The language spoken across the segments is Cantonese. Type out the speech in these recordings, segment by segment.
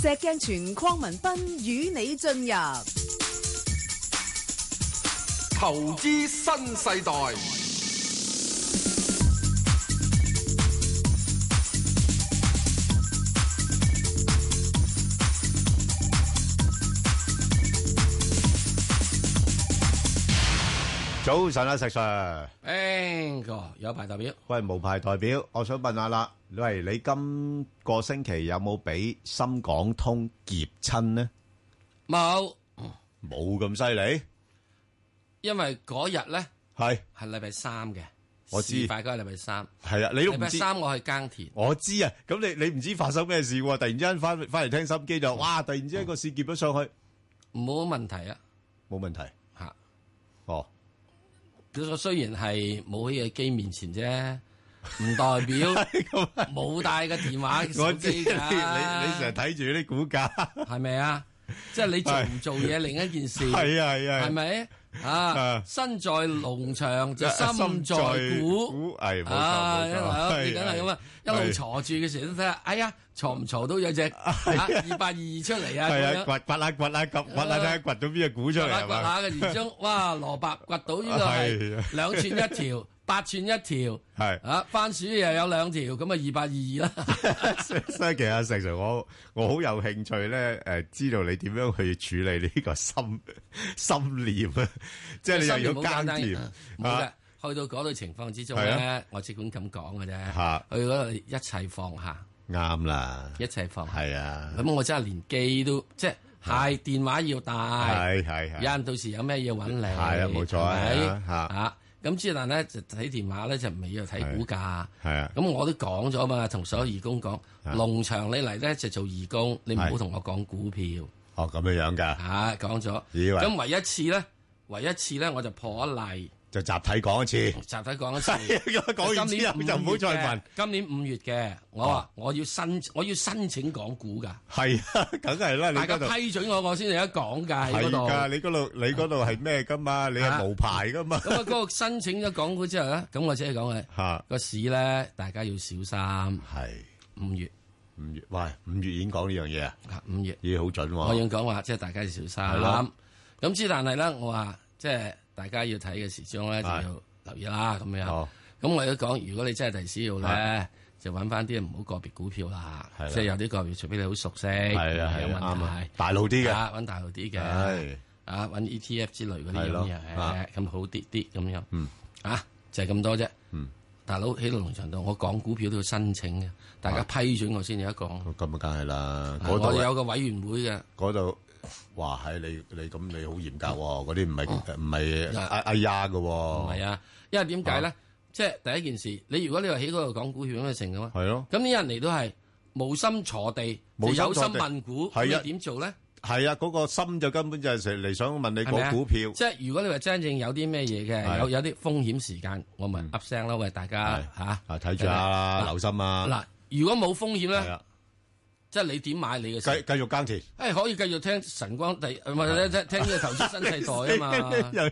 石鏡泉鄺民彬與你進入投資新世代，早晨啊，石 Sir。誒個有排代表，喂，無牌代表，我想問下啦，喂，你今個星期有冇俾深港通劫親呢？冇，冇咁犀利，因為嗰日咧係係禮拜三嘅，我知事發嗰日禮拜三，係啊，你都禮唔拜知。三我去耕田，我知啊，咁你你唔知發生咩事喎？突然之間翻翻嚟聽心機就，哇！突然之間個市劫咗上去，冇問題啊冇問題。嚇。 哦，佢雖然係冇喺嘅機面前啫，唔代表 咁啊冇帶個電話 我手知你你你機成日㗎，睇住啲股價，係咪啊？即係你做唔做嘢另一件 事，係啊係啊，係咪啊啊？身在農場就心在股。股，係冇錯啊，冇一錯，路你梗係咁啊，一路坐住嘅時候都睇下，哎呀，坐唔坐到有 隻二八二二出嚟啊，係咁啊，樣掘掘下掘下掘掘下睇下掘到邊只股出嚟掘下係掘嘛？下嘅，然中哇，蘿蔔掘到呢 個係係啊兩寸一 條，八寸一條， 係啊，番薯又有兩條，咁啊二八二二啦。所以其實石 Sir，我我好有興趣咧，誒，知道你點樣去處理呢個心心念啊， 即係你又要心念好簡耕單田啊冇嘅啊，。去到嗰類情況之中係啊咧，我即管咁講嘅啫嚇。去嗰度一切放下，啱啦，一切放下。係啊，咁我真係連機都即係係電話要帶。係係有係，人到時有咩嘢揾你，係啊冇錯啊咪係啊嚇？咁之但咧就睇電話咧就唔係要睇股價，係啊咁我都講咗嘛，同所有義工講，農場你嚟咧就做義工，你唔好係同我講股票哦咁樣樣㗎，嚇，講咗。以為咁唯一次咧，唯一次咧我就破咗例，就集體講一次，集體講一 次。講完之後就唔好再問，哦今年五月嘅，我話我要申我要申請港股㗎，係啊，梗係啦，你大家嗰度批准我我先有得講㗎喺係嗰度。㗎，你嗰度你嗰度係咩㗎嘛？你係無牌㗎嘛？咁啊，嗰個申請咗港股之後咧，咁我只係講嘅。啊嚇，個市咧，大家要小心。係五月五月，喂，五月已經講呢樣嘢啊，啊，五月，咦，好準我喎，要講話，即係大家要小哦咯心。咁之但係咧，我話即係大家要睇嘅時鐘咧，就係要留意啦。咁樣。哦，咁我都講，如果你真係第時要咧係，就揾翻啲唔好個別股票啦係啦。即係有啲個別，除非你好熟悉，係啊有係啊，啱問啊題，，大路啲嘅。啊揾大路啲嘅，係啊揾 ETF 之類嗰係啲咯咁啊樣，哎咁好啲啲咁樣。嗯啊，就係咁多啫。嗯大佬喺農場度，我講股票都要申請嘅，大家批准我先有得講。咁啊，梗係啦，啊嗰我度哋有個委員會嘅，嗰度，哇！係你你咁你好嚴格喎，嗰啲唔係唔係哎哎呀嘅唔喎，係啊，因為點解咧？即係第一件事，你如果你話喺嗰度講股票咁就成嘅嘛，係咯，咁啲人嚟都係無心坐地，就無心有心坐地問股，係啊咁你點做咧？係啊，嗰個心就根本就係成嚟想問你係咪個啊股票，即係如果你話真正有啲咩嘢係嗯嘅，有有啲風險時間，我咪噏聲啦，喂大家係嚇啊睇住啊，留心啊，嗱，如果冇風險係咧，啊，即係你點買你嘅繼事？繼續耕田，誒可以繼續聽晨光第，啊唔係聽聽呢個投資新世代啊 嘛。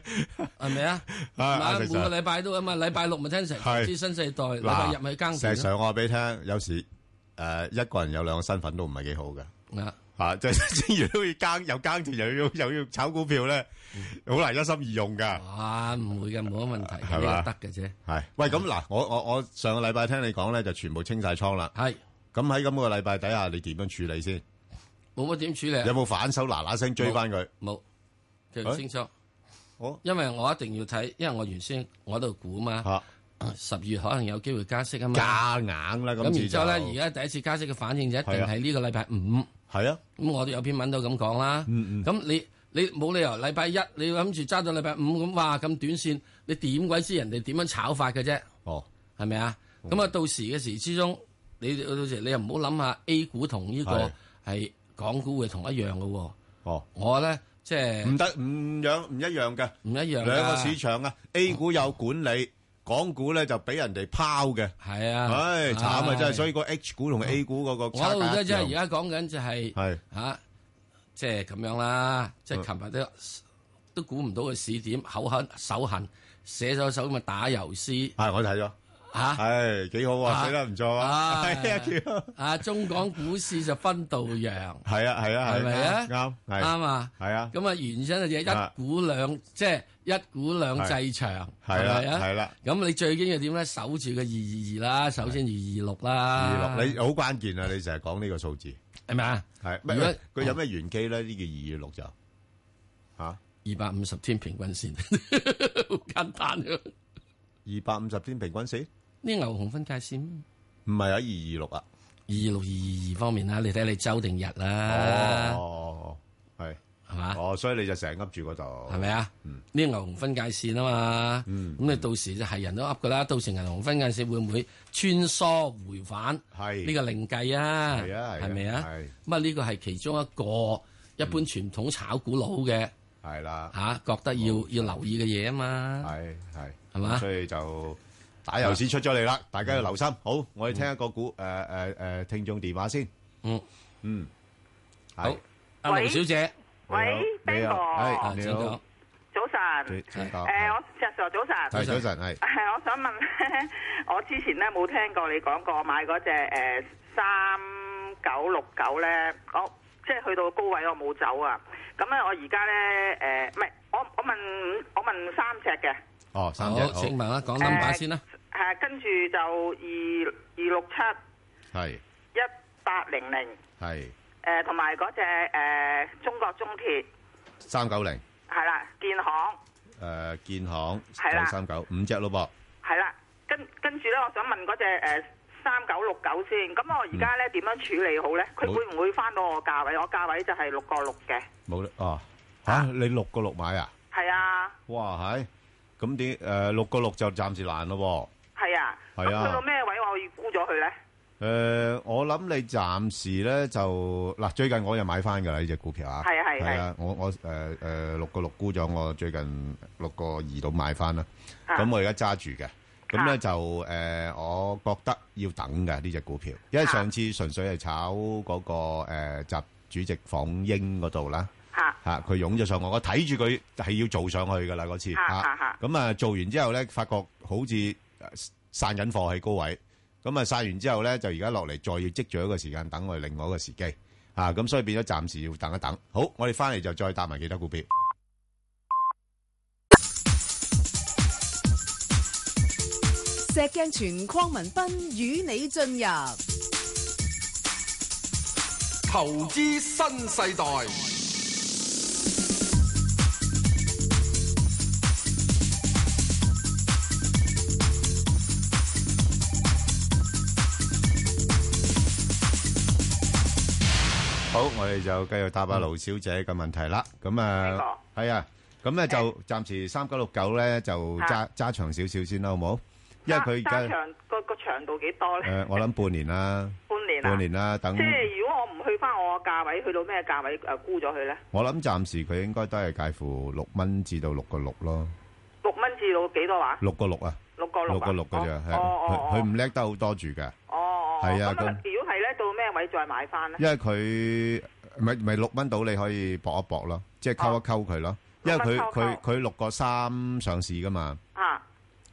系咪啊？哎啊啊，阿每石個 Sir 禮拜都咁啊，禮拜六咪聽成係知新世代，禮拜日嗱，咪去耕石田 Sir 我話俾你聽，有時誒一個人有兩個身份都唔係幾好嘅。咯啊！啊， 即係正如都要耕又耕田又要又要炒股票咧，好難一心二用㗎。哇，啊唔會嘅，冇乜問題嘅，係嘛呢個得嘅啫。系，喂，咁嗱，我我我上個禮拜聽你講咧，就全部清晒倉啦。係咁喺咁個禮拜底下，你點樣處理先？冇乜點處理有哎啊，冇反手嗱嗱聲追翻佢？冇繼續誒清楚。哦，因為我一定要睇，因為我原先我喺度估嘛，吓十月可能有機會加息啊嘛。啊加硬啦，咁咁然之後咧，家而家第一次加息嘅反應就一定係啊係呢個禮拜五。係啊，咁我都有篇文都咁講啦。嗯咁你你冇理由禮拜一你諗住揸到禮拜五咁，哇咁短線，你點鬼知人哋點樣炒法嘅啫？哦，係咪啊？咁啊，到時嘅時之中，你到時你又唔好諗下 A 股同呢個係係港股會同一樣嘅喎。哦，我咧即係唔得，唔樣唔一樣嘅，唔一樣㗎嗯兩個市場啊，A 股有管理，港股咧就俾人哋拋嘅，係啊，唉，慘啊真係，所以以啊個 H 股同 A 股嗰個我差覺價得一即係而樣，家講緊就係係嚇，即係咁樣啦。即嗯係琴日都都估唔到個市點，口痕手痕寫咗首咁嘅打油詩。係我睇咗，係吓唉，幾好啊，啊寫得唔錯啊，啊係啊，幾好，啊！中港股市就分道揚，係啊，係啊，係係咪啊啱，係，啱啊！係啊，咁啊，原因就係啊一股兩，即係一股兩制場，係係咪啦，係啊？啦，咁你最緊要點咧？守住個二二二啦，首先二二六啦，二六，你好關鍵啊，你成日講呢個數字，係咪啊？係，如果佢有咩玄機咧？呢個二六就嚇。二百五十天平均線， 好簡單啫。二百五十天平均線，呢牛熊分界線，唔係喺二二六啊。二六二二二方面啦，你睇你周定日啦，哦，係，係嘛？哦，嗯所以你就成日噏住嗰度，係咪啊？呢牛熊分界線啊嘛，嗯咁你到時就係人都噏噶啦，到時銀行分界線會唔會穿梭回返？係呢個另計啊，係啊係啊嗯係咪啊係？咁啊，呢個係其中一個一般傳統炒股佬嘅係啦，嚇，覺得要要留意嘅嘢啊嘛。哦係係係嘛所以就打油市出咗嚟啦，大家要留心。好，我哋聽一個股誒誒誒聽眾電話先。嗯，嗯，係好，阿盧喂小姐，喂你，Ben 哥好，啊，你請好講。早晨你，請誒、講。我石 Sir 早晨，啊係早晨，係係 我想問咧， 我之前咧冇聽過你講過買嗰只誒三九六九咧，我即係去到高位我冇走啊，咁咧我而家咧誒唔係，我我問我問三隻嘅，哦，三隻好，好請問啦，講 number 先啦。誒、跟住就二二六七係一八零零，係誒同埋嗰只誒中國中鐵三九零係啦，建行。誒建行係啦九三九五隻咯噃。係啦，跟跟住咧，我想問嗰只誒三九六九先，咁我而家咧點樣處理好咧？佢嗯好會唔會翻到我價位？我價位就係六個六嘅，冇啦，哦，吓你六個六買啊？係啊，哇，係，咁點誒六個六就暫時難咯係啊，咁係啊去到咩位我要沽咗佢咧？喎。誒，我諗你暫時咧就嗱，最近我又買翻㗎啦呢只股票啊，係啊係啊係啊，我我誒誒六個六沽咗，我最近六個二度買翻啦，啊咁我而家揸住嘅。咁咧啊就誒、我覺得要等嘅呢只股票，因為啊上次純粹係炒嗰、個誒、習主席訪英嗰度啦。嚇吓佢湧咗上我，我睇住佢係要做上去噶啦嗰次啊吓啊啊，咁啊做完之後咧，發覺好似呃散緊貨喺高位，咁啊散完之後咧，就而家落嚟再要積住一個時間等我哋另外一個時機啊，咁所以變咗暫時要等一等。好，我哋翻嚟就再答埋其他股票。石鏡泉邝文斌與你進入投資新世代，好，我哋就繼續答阿盧小姐嘅問題啦。咁啊，係啊，咁咧就暫時三九六九咧就揸揸長少少先啦，好冇？因為佢而揸家長個個長度幾多咧？誒，我諗半年啦，半年啊，半年啦，等即係如果我唔去翻我個價位，去到咩價位誒沽咗佢咧？我諗暫時佢應該都係介乎六蚊至到六個六咯，六蚊至到幾多話？六個六啊，六個六六啊個六嘅啫，係哦哦哦佢佢唔叻得好多住嘅，哦哦，係啊咁咁如果係咧，到咩位再買翻咧？因為佢咪咪六蚊到你可以搏一搏咯，即係溝一溝佢咯，因為佢六蚊溝佢溝佢六個三上市噶嘛，嚇，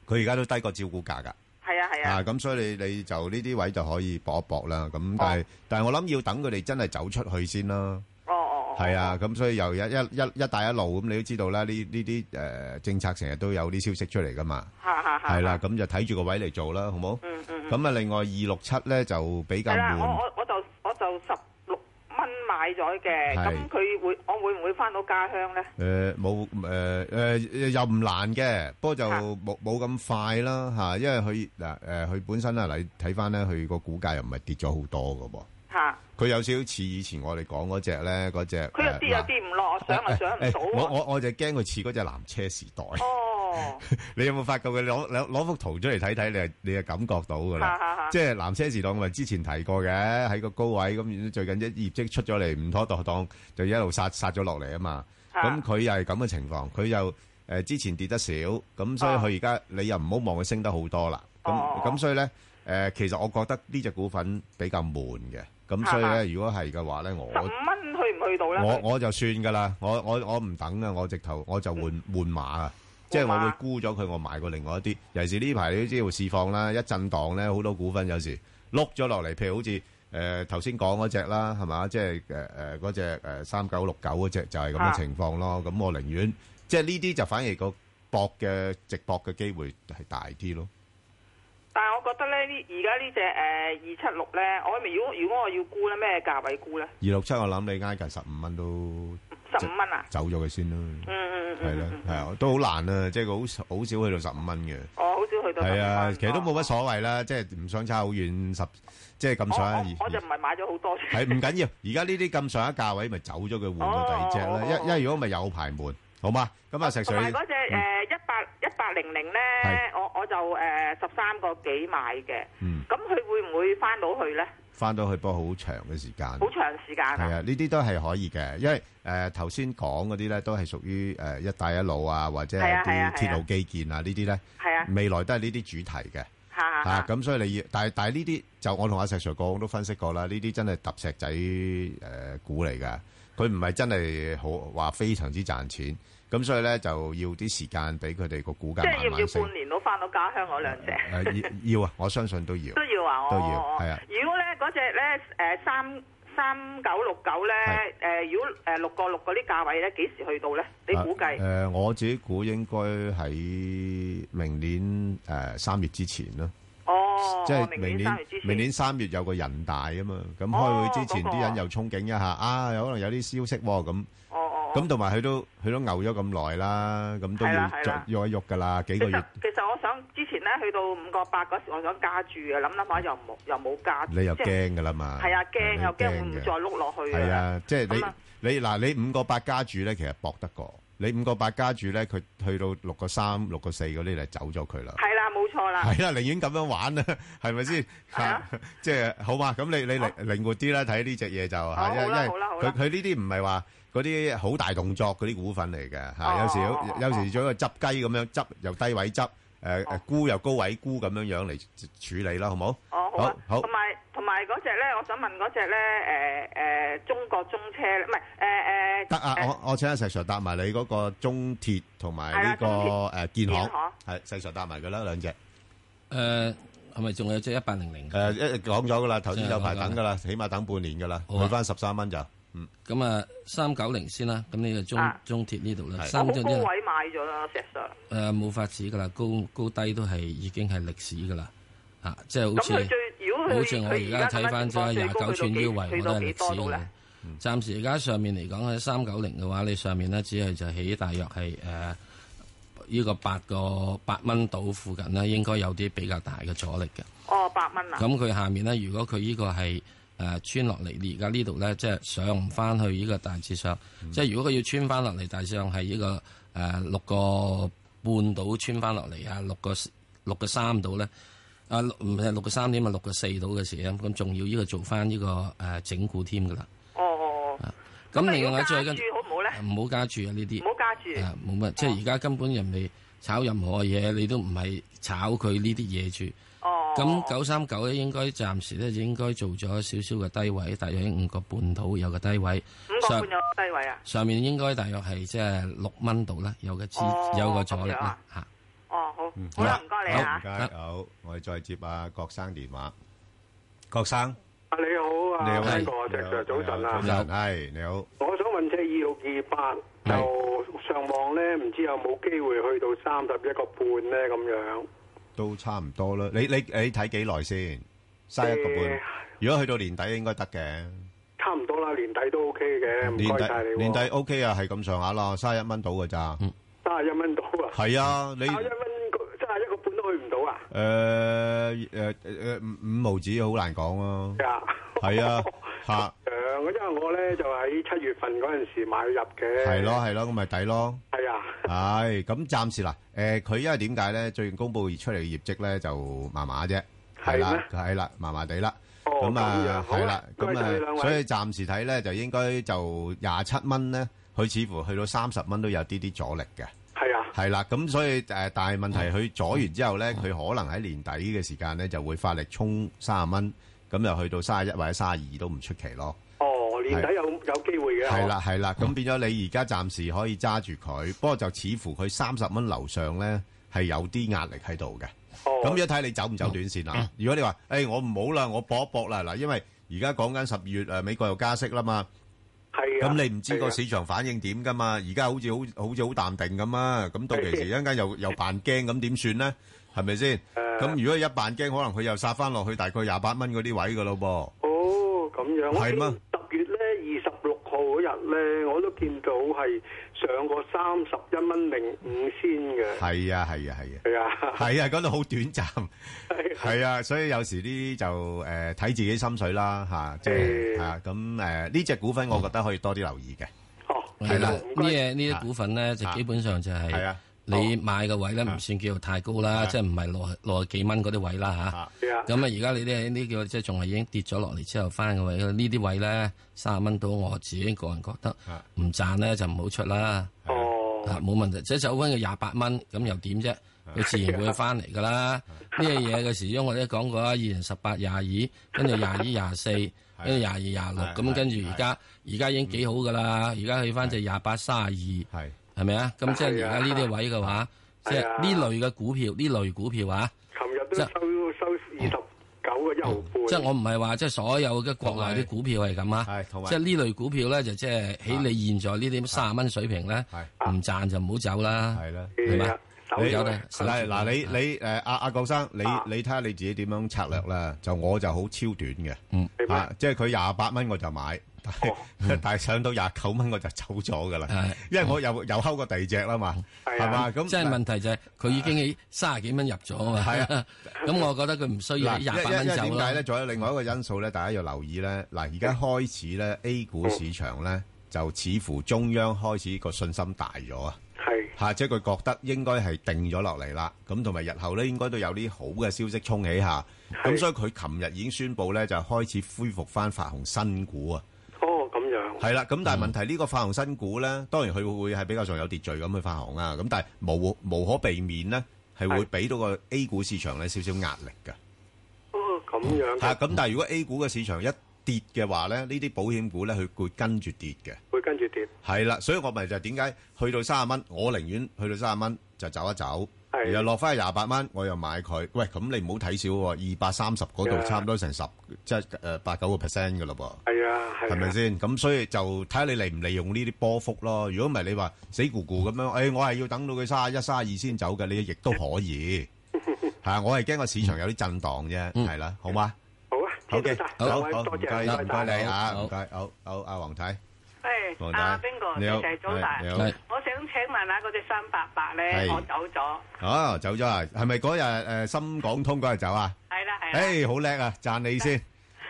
佢而家都低過招股價噶，係啊係啊啊，咁所以你你就呢啲位就可以搏一搏啦，咁但係但係我諗要等佢哋真係走出去先啦。哦哦哦，係啊，咁所以由一一一一帶一路咁，你都知道啦。呢呢啲誒政策成日都有啲消息出嚟噶嘛。嚇，嚇嚇嚇，係啦，咁就睇住個位嚟做啦，好冇？嗯嗯嗯。咁啊，另外二六七咧就比較係啦，我悶，我我就我就十六蚊買咗嘅，係咁佢會我會唔會翻到家鄉咧？誒呃冇誒誒又唔難嘅，不過就冇冇咁快啦嚇，因為佢嗱誒佢本身啊嚟睇翻咧，佢個股價又唔係跌咗好多嘅喎，嚇，佢有少少似以前我哋講嗰只咧，嗰只佢又跌又跌唔落，我想又想唔到我喎。我我就驚佢似嗰只藍車時代， 哦，你有冇發覺佢攞攞攞幅圖出嚟睇睇，你係你係感覺到㗎啦嚇。嚇即嚇，係南車時代，我咪之前提過嘅，喺個高位咁，最近一業績出咗嚟，唔妥當當就一路殺殺咗落嚟啊嘛。嚇咁佢又係咁嘅情況，佢又誒、呃之前跌得少，咁所以佢而家你又唔好望佢升得好多啦。咁啊哦咁、所以咧誒、呃其實我覺得呢只股份比較悶嘅，咁所以啊咧哈如果係嘅話咧，十我五蚊去唔去到咧？我我就算㗎啦，我我我唔等啊，我直頭我就換換馬啊。即係我會嘛沽咗佢，我買過另外一啲。尤其是呢排你都知道市況啦，一震盪咧，好多股份有時碌咗落嚟，譬如好似誒頭先講嗰只啦，係嘛？即係誒誒嗰只誒三九六九嗰只就係咁嘅啊情況咯。咁我寧願即係呢啲就反而個博嘅直博嘅機會係大啲咯。但係我覺得咧，呢而家呢只誒二七六咧，我咪如果如果我要沽咧，咩價位沽咧？二六七我諗你挨近十五蚊都十五蚊啊？走咗佢先啦，嗯嗯係嗯啦嗯，係嗯，啊，都好難啊，即係佢好少好少去到十五蚊嘅。我哦好少去到係啊， 15其實都冇乜蚊所謂啦，即係唔相差好遠十，即係咁哦我上下。我我就唔係買咗好多，係唔緊要，而家呢啲咁上下價位咪走咗佢換到第二隻哦哦啦。哦一因為如果咪有排門，好嘛？咁啊石同埋 Sir，嗰只誒一八一八零零咧係，我我就誒十三個幾買嘅，嗯，咁佢會唔會翻到去咧？翻到去不過好長嘅時間。好長時間係啊！啊，呢啲都係可以嘅，因為誒頭先講嗰啲咧都係屬於誒一帶一路啊，或者係係啊係啲啊鐵路基建啊呢啲咧，係啊，未來都係呢啲主題嘅。嚇啊，嚇咁所以你要，但係但係呢啲就我同阿石 Sir 講都分析過啦，呢啲真係揼石仔誒、呃股嚟㗎，佢唔係真係好話非常之賺錢，咁所以咧就要啲時間俾佢哋個股價即係慢要唔要慢升。半年都翻到家鄉嗰兩隻？誒、要要啊，我相信都要。都要啊！我都要我係啊如果咧嗰只咧誒三三九六九咧誒，如果誒六個六嗰啲價位咧，幾時去到咧？你估計誒、？呃我自己估應該喺明年誒三、月之前啦，哦，即我係明明年三月之前。明年三月有個人大啊嘛，咁開會之前哦嗰個啲人又憧憬一下啊，可能有啲消息喎、咁。哦哦哦。咁同埋佢都佢都牛咗咁耐啦，咁都係要啦係再啦喐一喐噶啦，幾其個實月其實我想之前咧去到五個八嗰時，我想加注嘅，諗諗下又冇又冇加注。你又即係？驚噶啦嘛，係啊，驚又驚會唔會再嘅，碌落去係啊，即咁係啊你你嗱你五個八加注咧，其實搏得過，你五個八加注咧，佢去到六個三、六個四嗰啲就走咗佢啦。係啦，冇錯啦。係啦，寧願咁樣玩啦， 係咪先？係啊嚇即係好嘛？咁你你好靈靈活啲啦，睇呢只嘢就好嚇，好啦因為好啦好佢啦佢呢啲唔係話嗰啲好大動作嗰啲股份嚟嘅嚇，哦有時哦哦有有時做一個執雞咁樣執，由低位執，誒誒哦沽又高位沽咁樣樣嚟處理啦，好冇？哦，好啊，好好同埋同埋嗰只咧，我想問嗰只咧，誒誒，中國中車唔係誒誒，得啊，誒我我請阿石 Sir 答埋你嗰個中鐵同埋呢個係誒建行建行，係石 Sir 答埋佢啦兩隻。誒係咪仲有隻一八零啊零？誒一講咗噶啦，頭先有排即係講咗等噶啦，起碼等半年噶啦，好啊去翻十三蚊就嗯。咁啊，三九零先啦。咁呢個中啊中鐵呢度啦，係我三好隻高位買咗啦，石 Sir。誒冇法子噶啦，高高低都係已經係歷史噶啦。啊，即係咁好似佢最如果佢好似我而佢家睇翻即係最廿九高去到寸幾腰圍，去我都係到幾歷多史度嗯嚟嘅咧？。暫時而家上面嚟講喺三九零嘅話，你上面咧只係就起大約係誒呢個八個八蚊度附近咧，應該有啲比較大嘅阻力嘅。哦，八蚊啊！咁佢下面咧，如果佢呢個係誒、呃穿落嚟，你而家呢度咧，即係上唔翻去呢個大致上，嗯即係如果佢要穿翻落嚟，大致上係呢個誒六個半到穿翻落嚟啊，六個六個三到咧，啊六唔係六個三點啊，六個四到嘅時咧，咁仲要呢個做翻呢、個誒、呃整固添噶啦。哦哦，哦咁如另果外加再注跟好唔好咧？唔好加注啊呢啲唔。好加注。哦啊，冇乜，即係而家根本人哋炒任何嘢，你都唔係炒佢呢啲嘢住。哦，咁九三九咧，應該暫時咧應該做咗少少嘅低位，大約五個半度有個低位，五個上半有低位啊？上面應該大約係即係六蚊度啦，有個支哦有個阻力咁樣啊啦嚇。哦，好嗯，好啦，好唔該你好，唔啊。該，好，我哋再接阿郭生電話。郭生，啊，你好你啊，好，係邊個石 Sir 早晨啊早！晨，係你好，我想問車二六二八，係就上網咧，唔知有冇機會去到三十一個半咧咁樣？都差唔多啦。你你你睇幾耐先？嘥一個半誒。如果去到年底應該得嘅，差唔多啦，年底都 OK 嘅，唔年該晒底你。年底，OK à, 啊，係咁上下啦，嘥一蚊到㗎咋。三十一蚊到啊！係啊，你三十一蚊個，三十一個半都去唔到啊！Ờ, 誒誒誒五五毫子好難講咯。係係啊，啊，嚇誒，因為我咧就喺七月份嗰陣時買入嘅。係咯。係咯，咁咪抵咯。係啊，係咁，暫時嗱，誒佢因為點解咧？最近公佈出嚟嘅業績咧就麻麻啫，係啦，係啦，麻麻地啦。哦咁啊，樣係啦，好唔咁該晒你啊兩，位所以暫時睇咧就應該就廿七蚊咧，佢似乎去到三十蚊都有啲啲阻力嘅，係啊，係啦，咁所以誒，但係問題佢阻完之後嗯咧，佢可能喺年底嘅時間咧就會發力衝三十蚊，咁又去到三十一或者三十二都唔出奇咯。哦，年底有有有機會嘅。係啦，係啦，咁變咗你而家暫時可以揸住佢，不過就似乎佢三十蚊樓上咧係有啲壓力喺度嘅。哦，咁一睇你走唔走短線啦。如果你話，誒我唔好啦，我搏一搏啦，嗱，因為而家講緊十二月誒美國又加息啦嘛，係啊。咁你唔知個係啊。市場反應點噶嘛？而家好似好好似好淡定咁啊，咁到期時一陣間又又扮驚咁點算咧？係咪先？咁如果一扮驚，可能佢又殺翻落去大概廿八蚊嗰啲位噶咯噃。哦，咁樣。係咩？我見十月呢，26號嗰日呢，我都見到係上過31蚊零五仙嘅。係啊，係啊，係啊。係啊。系啊，嗰度好短暫，係啊，所以有時呢啲就诶睇、自己心水啦吓、即係嗯吓咁诶呢只股份，我覺得可以多啲留意嘅。哦，係啦呢唔該。嘢呢啲股份咧，就啊基本上就係係啊你買嘅位咧，唔算叫做太高啦，即係唔係六六幾蚊嗰啲位啦啊吓。係啊。咁啊，而家你啲呢叫即係仲係已經跌咗落嚟之後翻嘅位，呢啲位咧三十蚊到，我自己個人覺得啊唔賺咧就唔好出啦，哦，啊冇問題。即係走翻佢廿八蚊，咁又點啫？啊佢自然會翻嚟噶啦。呢樣嘢嘅時鐘我哋都講過啦，啊二零十八廿二，跟住 廿二廿四，跟住廿二廿六，啊係咁跟住係啊而家而家已經幾好噶啦，而家去翻就廿八三廿係二，係咪啊？咁即係而家呢啲位嘅話，即係係啊呢類嘅股票，呢類股票啊。琴日都即係-收-收29個一毫半。即係我唔係話即係所有嘅國內同埋啲股票係咁啊係同，埋啊即係呢類股票咧就即係喺你現在呢啲三十蚊水平咧係，唔賺就唔好走啦。係啦。係啊，係嘛？手你有咗咧手嗱指嗱，你你誒阿阿郭生，你啊你睇下你自己點樣策略啦。就我就好超短嘅，嗯係咩啊，即係佢廿八蚊我就買，但係哦 但係上到廿九蚊我就走咗噶啦係，因為我又又睺過第二隻啦嘛，係係啊嘛咁。啊即係問題就係佢已經喺三十幾蚊入咗啊係嘛。 咁我覺得佢唔需要嗱，喺廿因八因蚊因為走點解啦咧？。仲有另外一個因素咧，大家要留意咧。嗱，而家開始咧，A 股市場咧就似乎中央開始個信心大咗啊！係。嚇，即係佢覺得應該係定咗落嚟啦。咁同埋日後咧，應該都有啲好嘅消息衝起下。咁係所以佢琴日已經宣布咧，就開始恢復翻發行新股啊。哦，咁樣。係啦，咁但係問題呢個發行新股咧，當然佢會係比較上有秩序咁去發行啊。咁但係無無可避免咧，係會係俾到個 A 股市場咧少少壓力㗎。哦，咁樣嘅。吓咁，但係如果 A 股嘅市場一跌嘅話咧，呢啲保險股咧，佢會跟住跌嘅。係啦，所以我咪就係點解去到三十蚊，我寧願去到三十蚊就走一走，係然後落翻去廿八蚊，我又買佢。喂，咁你唔好睇少喎，二百三十嗰度係啊差唔多成十，即係誒八九個 percent 嘅咯會跟住跌。係啊，係啊。噃，係咪先？咁所以就睇下你利唔利用呢啲波幅咯。如果唔係你話死咕咕 咁樣，誒、哎我係要等到佢三十一、三十二先走嘅，你亦都可 以。係啊，我係驚個市場有啲震盪啫，嗯係啦，好嗎？好啊， OK，知道晒。好，兩位好，多謝，唔該，唔該唔該你晒。啊，好。唔該，好，好，阿黃太，誒，黃太，阿邊個，你好，謝謝早晨。係，你好。係我想請問下嗰只三八八咧，係我走咗，哦，走咗啊？係咪嗰日，誒，深港通嗰日走啊？係啦係啦。誒，好叻啊，讚你先。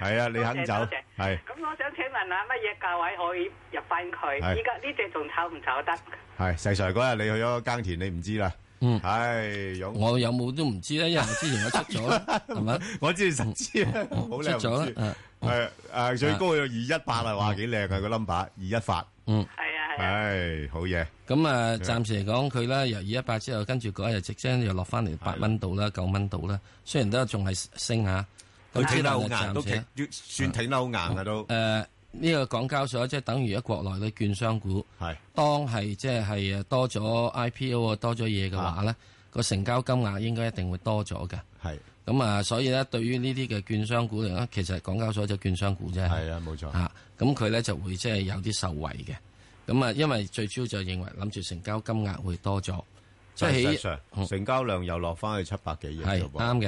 係啊，你肯走，多謝，多謝。咁我想請問下乜嘢價位可以入翻係佢？依家呢只仲炒唔炒得？係，係，細Sir，嗰日你去咗耕田，你唔知啦。嗯。唉，勇。我有冇都唔知咧，因為我之前我出咗啦， 係咪？我知你實知啊，好靚，出咗唔知。啦，啊係，誒，最高有218啊，哇，幾靚啊，個number，218嗯。係啊係啊。唉，好嘢。咁啊，暫時嚟講，佢咧由二一八之後，跟住嗰日直升又落翻嚟八蚊度啦，九蚊度啦。雖然都仲係升下，咁之但係暫都時呢挺-算挺得好硬啊，都。誒呢個港交所即係等於喺國內嘅券商股，當係即係誒多咗 IPO 啊，多咗嘢嘅話咧，個成交金額應該一定會多咗嘅。係，係，係啊，冇錯。咁啊，所以咧，對於呢啲嘅券商股嚟講，其實港交所就券商股啫。啊，咁佢咧就會即係有啲受惠嘅。咁啊，因為最主要就認為諗住成交金額會多咗，即係起 Sir，成交量又落返去700幾億係嘞噃。啱嘅，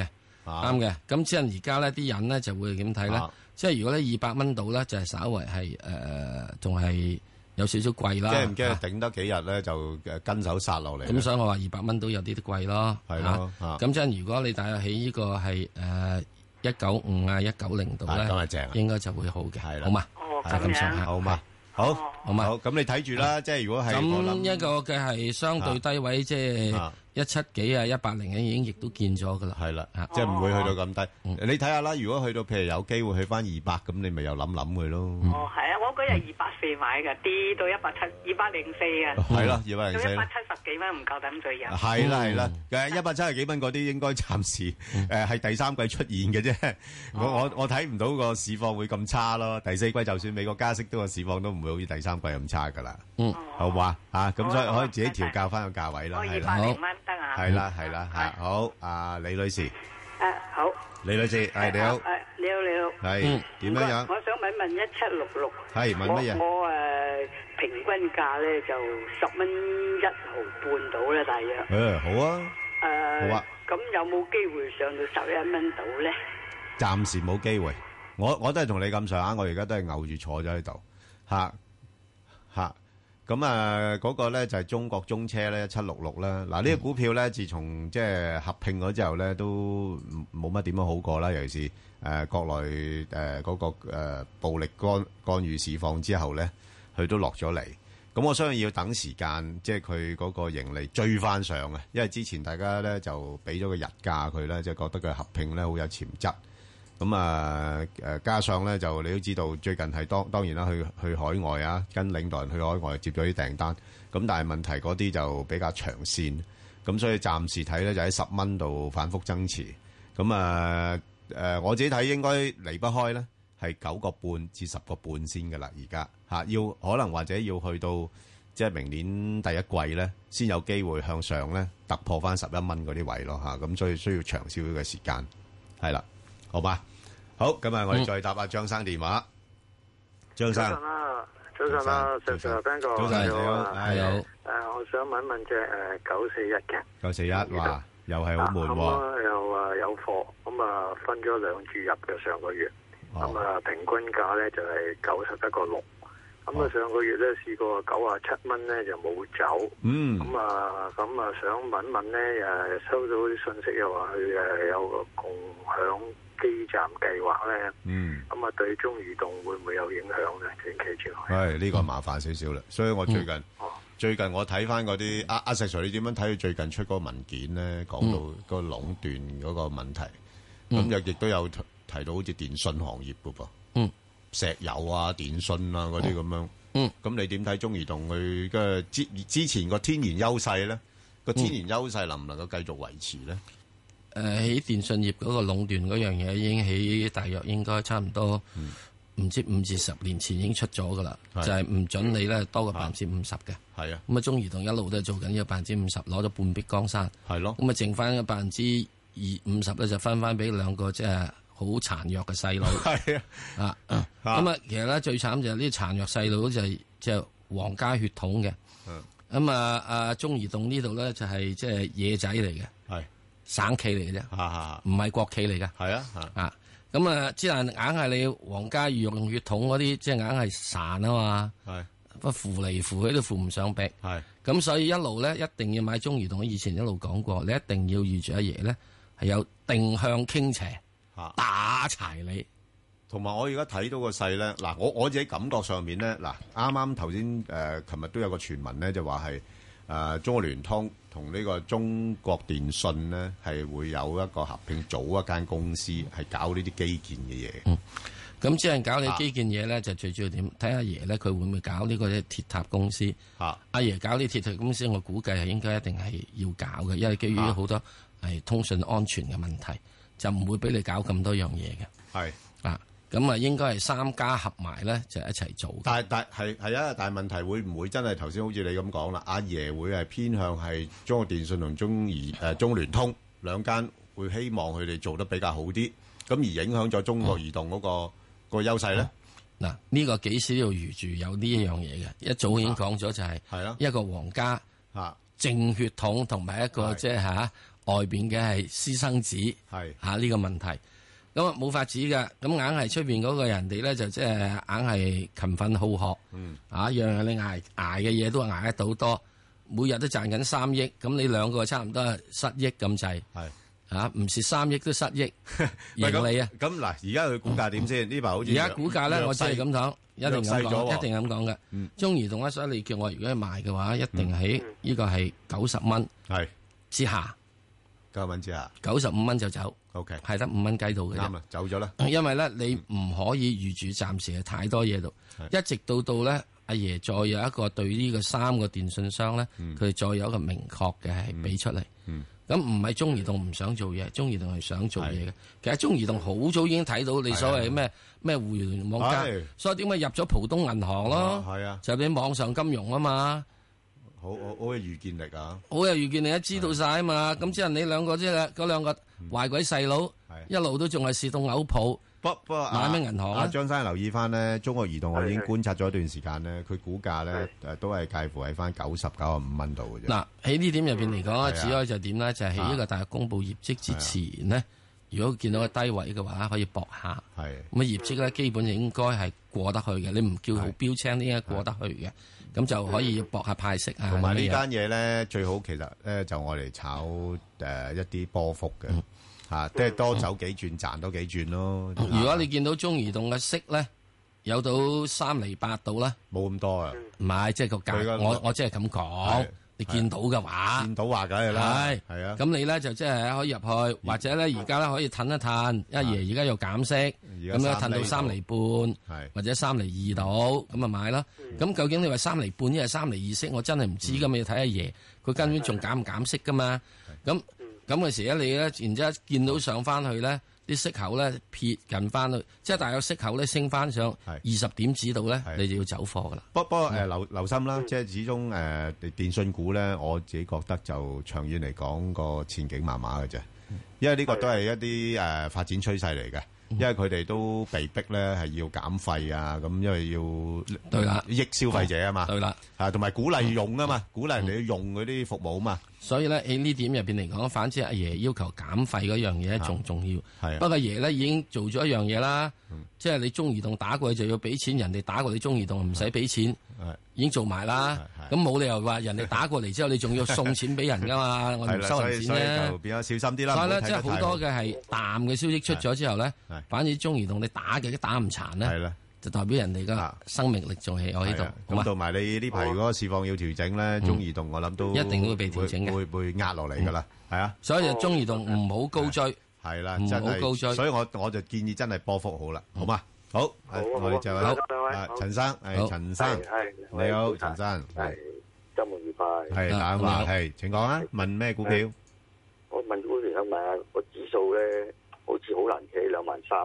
啊，啱嘅。咁即係而家呢啲人咧就會點睇咧啊？即係如果呢二百蚊度咧，就係稍為係誒，仲係有少少貴啦。驚唔驚啊頂多幾日呢，就，誒，跟手殺落嚟呢？咁所以我話二百蚊都有啲啲貴咯。係啊咯啊咁即係如果你大約喺呢個係誒一九五啊一九零度咧，啊，咁咪正啊。應該就會好嘅，係啦好嘛？哦，係，咁咁上樣下。好嘛，好，好嘛？好，咁你睇住啦，即係如果係我諗，咁一個嘅係相對低位，即係啊一七幾啊，一八零已經亦都見咗噶啦。係啦，啊。即係唔會去到咁低。嗯。你睇下啦，如果去到譬如有機會去返200，咁你咪又諗諗佢咯。哦，係啊，我嗰日二百四買嘅，跌到一百七二百零四嘅，哦係咯，240啊到一啦。百七十幾蚊唔夠膽嗯再入。係啦，係啦，誒，170幾蚊嗰啲應該暫時，嗯誒，係第三季出現嘅啫。哦我-我-我睇唔到個市況會咁差咯，第四季就算美國加息，都個市況都唔會好似第三季咁差㗎啦。嗯。好嘛？啊，咁好啊，所以好啊，可以自己拜拜。調校返個價位啦，我哦二係啦。百零蚊得啊。係啦，嗯係啦，係。嚇，好，啊，李女士，李女士，誒好。係，你好。誒你好你好。係，嗯。點樣樣？啊唔該我想問問一七六六。係問乜嘢我我 ờ, 誒平均價咧就十蚊一毫半到啦，大約。Ờ, 誒。好啊。咁有冇機會上到十一蚊到咧？誒，好啊，暫時冇機會。我-我都係同你咁上下，我而家都係牛住坐咗喺度，嚇。吓，咁啊嗰個咧就係中國中車咧七六六啦，嗱呢個股票咧自從即係合併咗之後咧都冇乜點樣好過啦，尤其是誒國內誒嗰個誒暴力干干預市況之後咧，佢都落咗嚟。咁我相信要等時間，即係佢嗰個盈利追翻上啊，因為之前大家咧就俾咗個日價佢咧，就覺得佢合併咧好有潛質。咁啊誒，加上咧就你都知道，最近係當當然啦，去去海外啊，跟領導人去海外接咗啲訂單。咁但係問題嗰啲就比較長線，咁所以暫時睇咧就喺十蚊度反覆增持。咁啊誒，我自己睇應該離不開咧係九個半至十個半先㗎啦，而家嚇要可能或者要去到即係明年第一季咧，先有機會向上咧突破翻十一蚊嗰啲位咯嚇。咁所以需要長少少嘅時間，係啦。好吧，好，咁啊，我哋再答阿張生電話。張生，啦，啊早晨啦早晨 Sir，Sir，彬哥啊早晨你好，係係好，誒，我想問問只誒九四一嘅，九四一，哇，又係好悶咁喎，啊又啊有貨，咁啊分咗兩注入嘅上個月，咁哦，啊平均價咧就係九十一個六，咁哦啊上個月咧試過九啊七蚊咧就冇走，嗯，咁啊咁啊想問問咧誒收到啲信息又話佢誒有個共享基站計劃咧，嗯，咁啊對中移動會唔會有影響咧？短期之內，係呢個麻煩少少啦，所以我最嗯近最近我睇翻嗰啲阿阿石 Sir，你點樣睇佢最近出嗰個文件咧，講到個壟斷嗰個問題，咁嗯又亦都有提提到好似電信行業噶噃，嗯，石油啊、電信啊嗰啲咁樣，嗯，咁你點睇中移動佢嘅之之前個天然優勢咧？個天然優勢能唔能夠繼續維持咧？誒喺電信業嗰個壟斷嗰樣嘢已經喺大約應該差唔多唔知五至十年前已經出咗噶啦，就嗯係係唔準你咧多過百分之五十嘅。係啊，咁啊，中移動一路都係做緊呢個百分之五十，攞咗半壁江山。係咯，咁啊，剩翻百分之二五十咧，就分翻俾兩個即係好殘弱嘅細佬係啊，啊。咁啊，其實咧最慘就係呢啲殘弱細佬就係即係皇家血統嘅。咁啊啊，中移動呢度咧就係即係野仔嚟嘅，係，省企嚟嘅啫，嚇嚇，唔係國企嚟嘅。係啊，嚇，啊，咁啊，之但硬係你皇家御用血統嗰啲，即係硬係孱啊嘛，係不扶嚟扶去都扶唔上壁。係，咁所以一路咧，一定要買中移動。我以前一路講過，你一定要預住阿爺咧係有定向傾斜，嚇。打柴你。同埋我而家睇到個勢咧，嗱，我我自己感覺上面咧，嗱，啱啱頭先誒，呃琴日都有個傳聞咧，就話係誒中國聯通同呢個中國電信咧，係會有一個合併，組一間公司係搞呢啲基建嘅嘢。咁只係搞你啊基建嘢咧，就最主要點？睇阿爺咧，佢會唔會搞呢個鐵塔公司？嚇阿爺搞呢鐵塔公司，我估計係應該一定係要搞嘅，因為基於啊好多係通訊安全嘅問題，就唔會俾你搞咁多樣嘢嘅。係，啊，咁啊應該係三家合埋咧就一齊做嘅。但係但係係啊，但係問題會唔會真係頭先好似你咁講啦？阿爺會係偏向係中國電信同中移誒、呃中聯通兩間會希望佢哋做得比較好啲，咁而影響咗中國移動嗰、個、個優勢咧？嗱，呢個幾時都要預住有呢一樣嘢嘅，一早已經講咗就係係啊一個皇家嚇正血統同埋一個係即係嚇外邊嘅係私生子係。嚇呢個問題。咁啊冇法子㗎，咁硬係出邊嗰個人哋咧就即係硬係勤奮好學，嗯啊樣樣你捱捱嘅嘢都係捱得到多，每日都賺緊三億，咁你兩個差唔多係失億咁滯，係啊唔蝕三億都失億， 喂咁盈利啊！咁嗱，而家佢股價點先？呢排好似而家股價咧，弱我只係勢咁講，一定咁弱勢咗講，喎一定咁講嘅。中移動咧，所以你叫我如果去賣嘅話，一定喺呢個係九十蚊係之下，九蚊之下，九十五蚊就走。係 OK，係得五蚊雞度嘅啫啱。啊，走咗啦。因為咧你唔可以預住暫時係太多嘢度，係一直到到咧阿爺再有一個對呢個三個電信商咧，嗯佢哋再有一個明確嘅係俾出嚟嗯。咁唔係中移動唔想做嘢，中移動係想做嘢嘅係。啊其實中移動好早已經睇到你所謂咩咩互聯網加係，所以點解入咗浦東銀行咯？係啊就俾網上金融啊嘛。好好好有預見力啊，好有預見，你一知道晒啊嘛。咁之後你兩個即係嗰兩個嗯壞鬼細佬係，一路都仲係市到嘔泡。不不過啊，買咩銀行啊阿張生留意翻咧，中國移動我已經係係觀察咗一段時間咧，佢股價咧誒都係介乎喺翻九十九啊五蚊度嘅啫。嗱，喺呢點入邊嚟講啊咧，只可以就點咧，就係喺呢個大公布業績之前呢，如果見到個低位嘅話，可以搏下。係咁啊業績咧，基本應該係過得去嘅，你唔叫好係標青，應該過得去嘅，咁就可以搏下派息啊。同埋呢咁樣單嘢咧，最好其實咧就我嚟炒誒一啲波幅嘅嚇，即係多走幾轉賺多幾轉咯。如果你見到中移動嘅息咧，有到三厘八度啦，冇咁多啊，唔係即係個佢個價，我我即係咁講係，你見到嘅話。見到話梗係啦，係係啊，咁你咧就即係可以入去，或者咧而家咧可以褪一褪，因為而家又減息，啊家咁咧褪到三三厘厘半係或者三厘二度，咁啊買啦。嗯咁究竟你話三厘半一係三厘二息，我真係唔知咁，你要睇下爺佢根本仲減唔減息噶嘛。咁咁嘅時咧，你咧然之後見到上翻去咧，啲息口咧撇近翻去，即係大約息口咧升翻上係二十點指度咧，係你就要走貨噶啦。不不過誒留留心啦，即係始終誒電信股咧，我自己覺得就長遠嚟講個前景麻麻嘅啫，因為呢個都係一啲誒發展趨勢嚟嘅，因為佢哋都被逼咧係要減費啊，咁因為要對啦益消費者啊嘛，對啦。啊同埋鼓勵用啊嘛，鼓勵人哋要用嗰啲服務啊嘛，所以咧喺呢點入邊嚟講，反之阿爺要求減費嗰樣嘢啊咧，仲重要。係不啊，嗯過爺咧已經做咗一樣嘢啦，即係你中移動打過去就要俾錢，人哋打過你中移動唔使俾錢，係已經做埋啦。嗯係係咁冇理由話人哋打過嚟之後，你仲要送錢俾人噶 嘛？我係唔啦，收所人以所以錢就啫。變咗小心啲啦，所以唔好咧，睇即係得好太多嘅係淡嘅消息出咗之後咧係，反而中移動你打嘅打唔殘係咧，啦。就代表人哋嘅啊生命力仲係哦我喺度係啊，好嘛嗯咁？同埋你呢排如果市況要調整咧，中移動我諗都一定會被調整啊嗯嘅會會壓落嚟噶啦，係啊，所以就中移動唔好高追。係啦，唔真嗯好高嗯係，追所以我我就建議真係波幅好啦，好嘛？好，好誒啊好啊我哋就好啊陳生，誒好陳生，你好，陳生，係係，係，周末愉快。係啊打你話好係，請講啊，問咩股票？我問股權想問下，個指數呢，好似好難企喺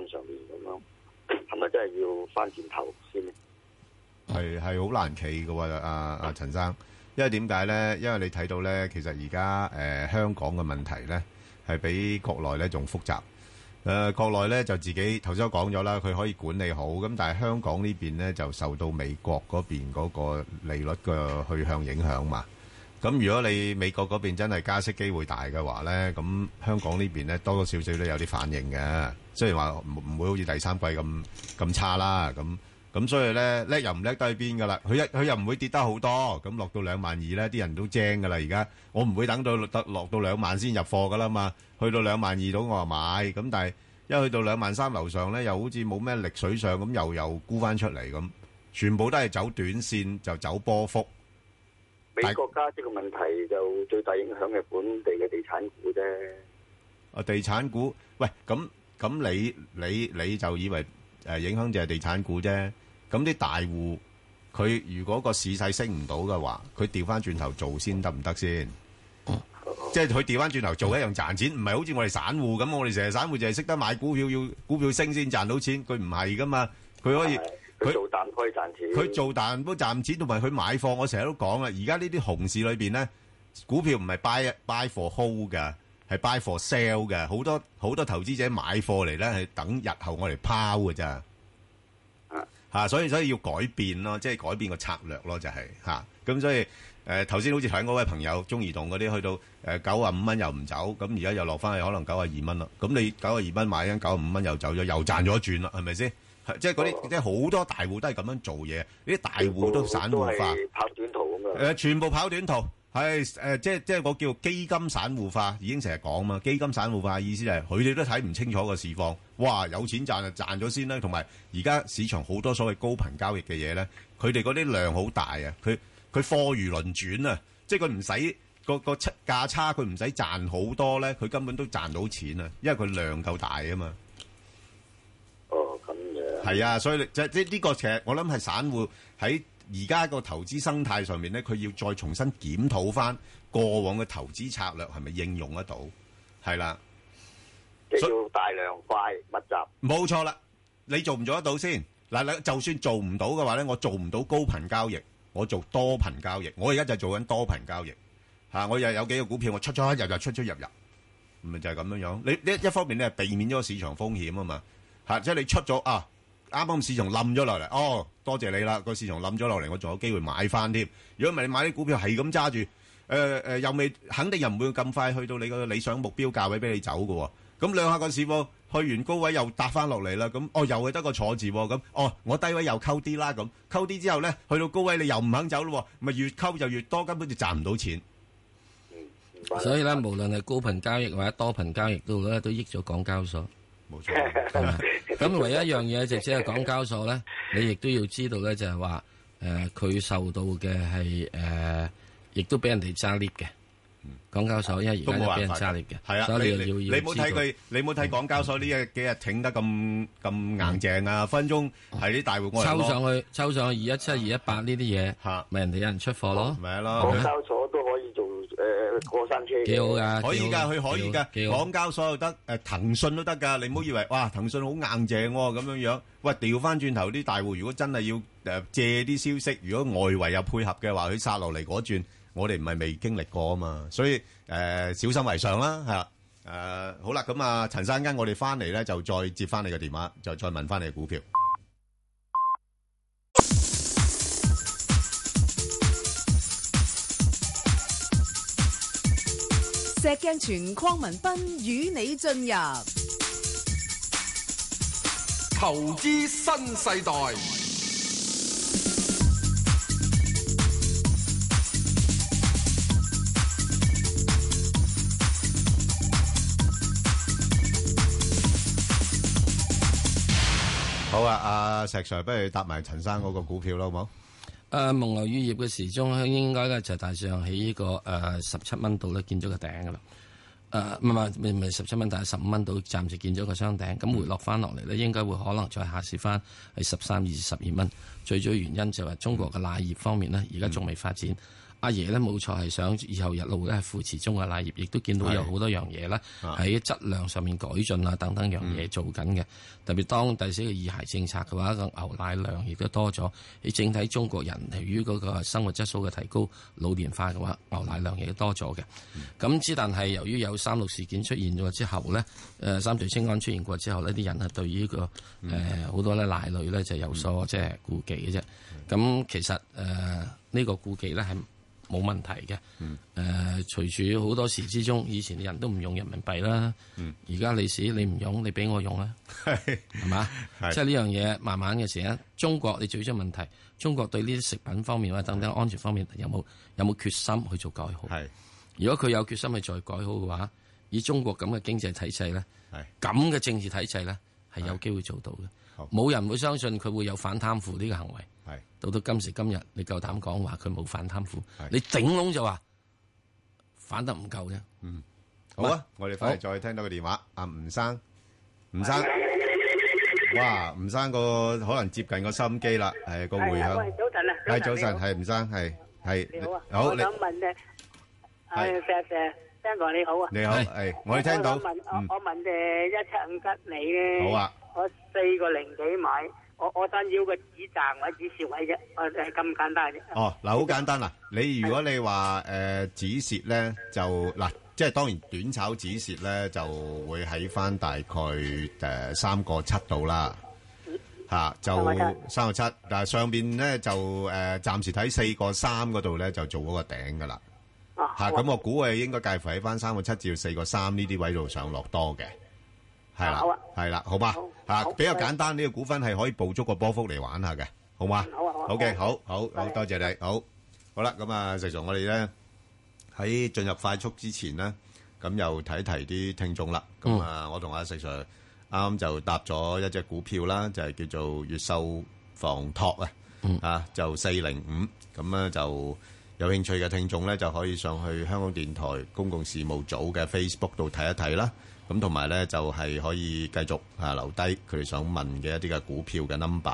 23上面咁樣，係咪真係要返轉頭先呢？係，係係好難企嘅喎，阿阿陳生，因為點解咧？因為你睇到咧，其實而家誒香港嘅問題咧，係比國內咧仲複雜。誒、國內咧就自己頭先我講咗啦，佢可以管理好，咁但係香港呢邊咧就受到美國嗰邊嗰個利率嘅去向影響嘛。咁如果你美國嗰邊真係加息機會大嘅話咧，咁香港呢邊咧多多少少都有啲反應嘅。雖然話唔唔會好似第三季咁咁差啦，咁咁所以咧叻又唔叻得去邊噶啦。佢一佢又唔會跌得好多，咁落到兩萬二咧，啲人都精噶啦。而家我唔會等到得落到兩萬先入貨噶啦嘛，去到兩萬二度我話買，咁但係一去到兩萬三樓上咧，又好似冇咩力水上咁，又又沽翻出嚟咁，全部都係走短線就走波幅。美國加息嘅問題就最大影響係本地嘅地產股啫。啊，地產股，喂，咁咁你你你就以為誒影響就係地產股啫？咁啲大户佢如果個市勢升唔到嘅話，佢調翻轉頭做先得唔得先？即係佢調翻轉頭做一樣賺錢，唔係好似我哋散户咁，我哋成日散户就係識得買股票，要股票升先賺到錢，佢唔係噶嘛，佢可以。係，佢佢-做淡可以賺錢。佢做但都賺錢，同埋佢買貨，我成日都講啦。而家呢啲熊市裏邊咧，股票唔係 buy buy for hold 嘅，係 buy for sell 嘅。好多好多投資者買貨嚟咧，係等日後我嚟拋嘅咋。嚇，所以所以要改變咯，即係改變個策略咯，就係、嚇。咁、所以誒頭先好似睇嗰位朋友中移動嗰啲去到誒九啊五蚊又唔走，咁而家又落翻去可能九啊二蚊啦。咁你九啊二蚊買緊九啊五蚊又走咗，又賺咗一轉啦，係咪先？係即係嗰啲即係好多大戶都係咁樣做嘢，呢啲大戶都散戶化。都係跑短途咁樣。誒、全部跑短途，係誒、即係即係我叫基金散戶化，已經成日講嘛。基金散戶化嘅意思就係佢哋都睇唔清楚個市況，哇！有錢賺就賺咗先啦，同埋而家市場好多所謂高頻交易嘅嘢咧，佢哋嗰啲量好大啊，佢佢貨如輪轉啊，即係佢唔使個個差價差佢唔使賺好多咧，佢根本都賺到錢啊，因為佢量夠大啊嘛。哦，咁樣。係啊，所以你即即呢個其實我諗係散户喺而家個投資生態上面咧，佢要再重新檢討翻過往嘅投資策略係咪應用得到？係啦、即係要大量快密集。冇錯啦，你做唔做得到先？嗱，你就算做唔到嘅話咧，我做唔到高頻交易，我做多頻交易。我而家就做緊多頻交易嚇、啊我又有幾個股票，我出出入入，出出入入，咪就係咁樣樣。你你一一方面你係避免咗市場風險啊嘛嚇、即係你出咗啊，啱啱市場冧咗落嚟，哦，多謝你啦，個市場冧咗落嚟，我仲有機會買翻添。如果唔係你買啲股票係咁揸住。誒誒、又未肯定又唔會咁快去到你個理想目標價位俾你走嘅喎、咁兩下個市況去完高位又搭翻落嚟啦，咁哦又係得個坐字喎、咁哦我低位又溝啲啦，咁溝啲之後咧，去到高位你又唔肯走咯、咪越溝就越多，根本就賺唔到錢。 嗯所以咧，無論係高頻交易或者多頻交易度咧，都益咗港交所。冇錯。咁唯一一樣嘢就即係港交所咧，你亦都要知道咧，就係話誒佢受到嘅係誒，亦都俾人哋揸 lift 嘅。港交所因為都而家冇就俾辦人法揸 lift 嘅，係啊，所以你要你要你冇睇知道佢，你冇睇港交所呢一幾日挺得咁咁硬淨啊，分鐘係啲大户外抽上去，抽上去二一七、二一八呢啲嘢，咪人哋有人出貨咯，哦咪港交所都可以做誒過山車嘅。幾好㗎可以幾好㗎，佢可以幾㗎，好港交所又得，誒騰訊都得㗎。你唔好以為哇，騰訊好硬淨喎咁樣樣。喂，調翻轉頭啲大户，如果真係要誒借啲消息，如果外圍又配合嘅話，佢殺落嚟嗰轉，我哋唔係未經歷過啊嘛。所以誒小心為上啦，係啦。誒好啦，咁啊，陳生跟我哋翻嚟咧，就再接翻你嘅電話，就再問翻你嘅股票。石鏡泉邝文斌與你進入投資新世代，好啊，阿石 Sir，不如答埋陳生嗰個股票啦，好冇？誒呃蒙牛乳業嘅時鐘應該咧就大致上喺呢個誒十七蚊度咧見咗個頂噶啦。誒唔係唔係唔係十七蚊，但係十五蚊度暫時見咗個雙頂，咁回落翻落嚟咧，應該會可能再下試翻係十三至十二蚊。最主要原因就係中國嘅奶業方面呢，而家仲未發展。阿爺咧冇錯係想以後日路咧係扶持中國奶業，亦都見到有好多樣嘢啦，喺質量上面改進啊等等樣嘢做緊嘅。特別當第四個二孩政策嘅話，個牛奶量亦都多咗。喺整體中國人由於嗰個生活質素嘅提高、老年化嘅話，牛奶量亦都多咗嘅。咁之但係由於有三鹿事件出現咗之後咧，誒、三聚氰胺出現過之後呢啲人係對於、呢個呃誒好、多咧奶類咧就有所即係顧忌嘅啫。咁其實誒呢、個顧忌咧係冇問題嘅。誒、呃隨住好多時之中，以前啲人都唔用人民幣啦，而家、你使你唔用，你俾我用啦，係嘛？係即係呢樣嘢慢慢嘅時咧，中國你最出問題，中國對呢啲食品方面或者等等安全方面有冇有冇決心去做改 好？係。如果佢有決心去再改好嘅話，以中國咁嘅經濟體制咧，係咁嘅政治體制咧，係有機會做到好嘅。冇人會相信佢會有反貪腐呢個行為。係到到今時今日，你夠膽講話佢冇反貪腐係，你頂籠就話反得唔夠啫。好啊，我哋翻嚟再聽到個電話，阿吳生，吳生，哇，吳生個可能接近個心機啦，係個回係啊響喂，，早晨啊，係早晨，係吳生，係係，à? 你好啊，好我你想問咧，係 Ờ, 誒石石，聽講你好 à? 啊，你好，係我哋聽到我，想 Ờ, 問嗯我我問誒一七五吉你咧，好啊，我四個零幾買，Ờ, 我我想要個止賺或者止蝕位啫，我誒咁簡單 啫。哦，嗱，好簡單啦，你如果你話誒止蝕咧，就嗱，即係當然短炒止蝕咧就會喺翻大概誒三個七度啦。嗯吓就三個七，但係上邊咧就誒暫時睇四個三嗰度咧就做嗰個頂噶啦。Ờ, 吓啊咁我估係應該介乎喺翻三個七至四個三呢啲位度上落多嘅，係啦好啊，係啦，好嘛吓好比較簡單呢個股份係可以捕捉個波幅嚟玩下嘅，好嘛？好啊好啊好嘅，好好好好，多謝你，好好啦，咁啊，石 Sir，我哋咧喺進入快速之前咧，咁又睇一提啲聽眾啦。咁啊，我同阿石 Sir 啱啱就搭咗一隻股票啦，就係叫做越秀房託啊，啊就四零五，咁咧就。有興趣嘅聽眾咧，就可以上去香港電台公共事務組嘅 Facebook 度睇一睇啦。咁同埋咧，就係可以繼續啊留低佢哋想問嘅一啲嘅股票嘅 number。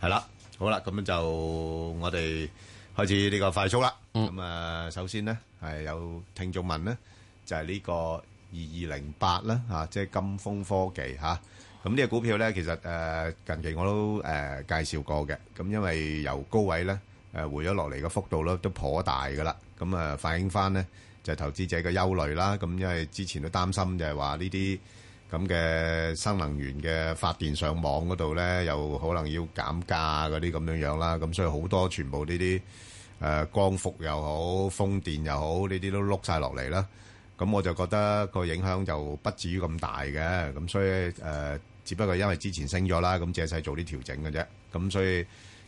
係啦，好啦，咁樣就我哋開始呢個快速啦。咁啊，首先呢，係有聽眾問呢，就係呢個二二零八啦，嚇，即係金風科技嚇。咁呢個股票呢，其實誒近期我都誒介紹過嘅。咁因為由高位呢誒回咗落嚟嘅幅度咧都頗大噶啦。咁啊反映翻呢，就係投資者嘅憂慮啦。咁因為之前都擔心就係話呢啲。咁嘅新能源嘅發電上網嗰度咧，又可能要減價嗰啲咁樣樣啦，咁所以好多全部呢啲誒呃光伏又好，風電又好，呢啲都碌晒落嚟啦。咁呃我就覺得個影響就不至於咁大嘅，咁所以誒、呃只不過因為之前升咗啦，咁借勢做啲調整嘅啫。咁所以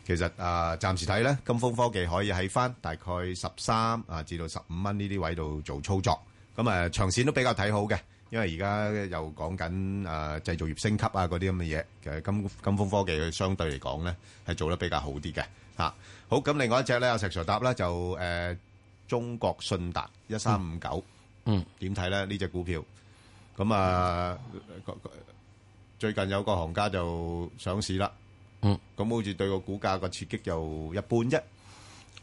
其實啊、暫時睇咧，金風科技可以喺翻大概十三啊至到十五蚊呢啲位度做操作。咁啊、長線都比較睇好嘅，因為而家又講緊啊製造業升級啊嗰啲咁嘅嘢，其實金金風科技佢相對嚟講咧係做得比較好啲嘅嚇。好，咁另外一隻咧，阿石 Sir 答啦，就誒、呃中國信達一三五九，嗯，點睇咧呢只股票？咁啊，個個最近有個行家就上市啦，嗯，咁好似對個股價個刺激就一般啫，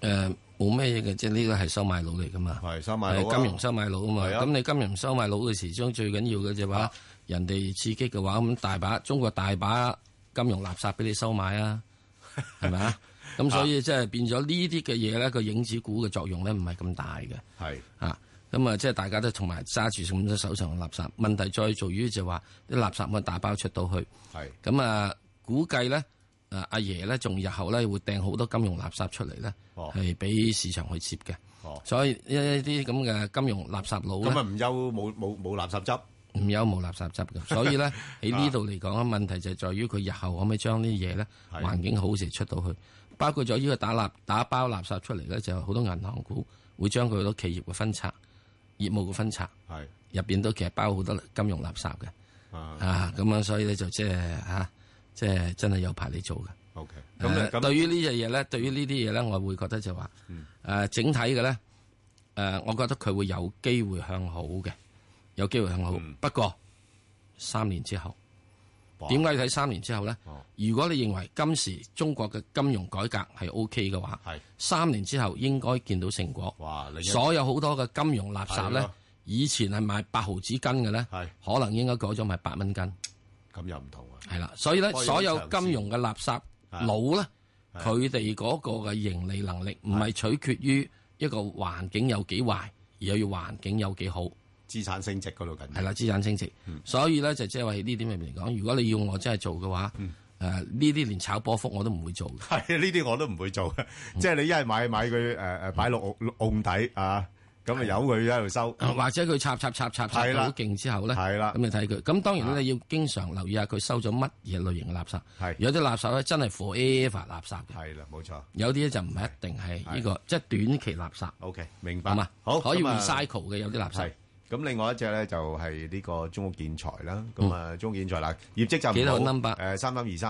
誒冇咩嘢嘅，即係呢個係收買佬嚟噶嘛。係收買佬係啊金融收買佬啊嘛，係啊啊咁你金融收買佬嘅時鐘最緊要嘅就話，人哋刺激嘅話，咁大把中國大把金融垃圾俾你收買啊，係咪 啊？咁所以即係變咗呢啲嘅嘢咧，個影子股嘅作用咧唔係咁大嘅。係啊，咁啊，即係大家都同埋揸住咁多手上嘅垃圾。問題再做於就話啲垃圾咁大包出到去，係咁啊，估計咧，啊阿爺咧，仲日後咧會掟好多金融垃圾出嚟咧，哦係俾、市場去接嘅。哦，所以呢一啲咁嘅金融垃圾佬咁啊咧，唔憂冇冇冇垃圾執。唔有冇垃圾執 嘅。所以咧喺呢度嚟講啊，問題就係在於佢日後可唔可以將呢啲嘢咧係環境好時出到去，包括咗呢個打垃打包垃圾出嚟咧，就有好多銀行股會將佢好多企業嘅分拆、業務嘅分拆。係入邊都其實包好多金融垃圾嘅，啊啊咁樣所以咧就即係嚇，即係真係有排你做嘅。 ，OK。咁咁咧，咧，咁嗯對於呢樣嘢咧，對於呢啲嘢咧，我會覺得就話，誒整體嘅咧，誒我覺得佢會有機會向好嘅，有機會向好嗯。不過三年之後，哇點解要睇三年之後咧哦？如果你認為今時中國嘅金融改革係 O K 嘅話，係三年之後應該見到成果。哇，你所有好多嘅金融垃圾係咧咯，以前係賣八毫子斤嘅咧係，可能應該改咗賣八蚊斤，咁又唔同啊。係啦。所以咧，開咗所有長線金融嘅垃圾啊佬咧，佢哋嗰個嘅盈利能啊力唔係取決於一個環境有幾壞，而係要環境有幾好，資產升值嗰度緊要係啦，資產升值。嗯所以咧就即係話喺呢點入面嚟講，如果你要我真係做嘅話，嗯誒呢啲連炒波幅我都唔會做嘅。 係呢啲我都唔會做嘅，即係你一係買買佢誒誒擺落甕底啊，咁啊由佢喺度收，或者佢插插插插插係到啦好勁之後咧，係啦啊咁你睇佢。咁當然咧，你要經常留意下佢收咗乜嘢類型嘅垃圾。係有啲垃圾咧真係 forever 垃圾嘅，係啦，冇錯。有啲咧就唔係一定係呢個，即係短期垃圾， OK，明白係嘛？。好，可以咁啊 recycle 嘅有啲垃圾係。咁另外一隻咧就係呢個中國建材啦，咁啊中國建材啦，業績就唔好幾多 number？誒三三二三，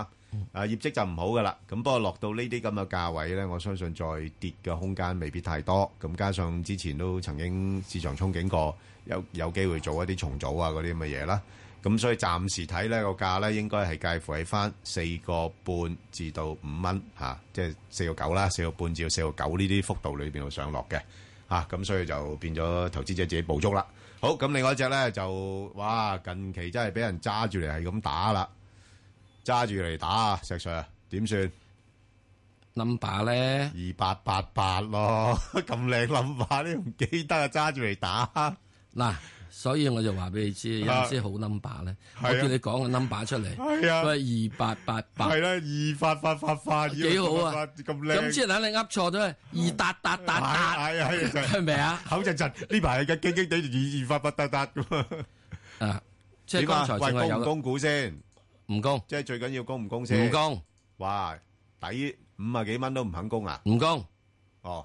啊業績就唔好噶啦。咁不過落到呢啲咁嘅價位咧，我相信再跌嘅空間未必太多。咁加上之前都曾經市場憧憬過有有機會做一啲重組啊嗰啲咁嘅嘢啦。咁所以暫時睇呢個價咧，應該係介乎喺翻四個半至到五蚊嚇，即係四個九啦，四個半至到四個九呢啲幅度裏邊度上落嘅嚇。咁、所以就變咗投資者自己捕捉啦。好，咁另外一隻咧就哇，近期真係俾人揸住嚟係咁打啦，揸住嚟打啊，石 Sir 點算？ number 咧，二八八八咯， 咁靚諗法都唔記得啊，揸住嚟打。嗱，所以我就話俾你知，有啊啲好 number 咧，係啊我叫你講個 number 出嚟，係啊佢係二八八八，係啦，二八八八八，幾好啊！咁靚，咁即係等你噏錯咗，二達達達達，係啊係啊係啊係咪啊？口窒窒，呢排嘅驚驚地二二發不得得咁啊！啊，即係剛才正話點啊喂有供唔個供股先？唔供。即係最緊要供唔供先？唔。供哇，抵五啊幾蚊都唔肯供啊！唔供，哦，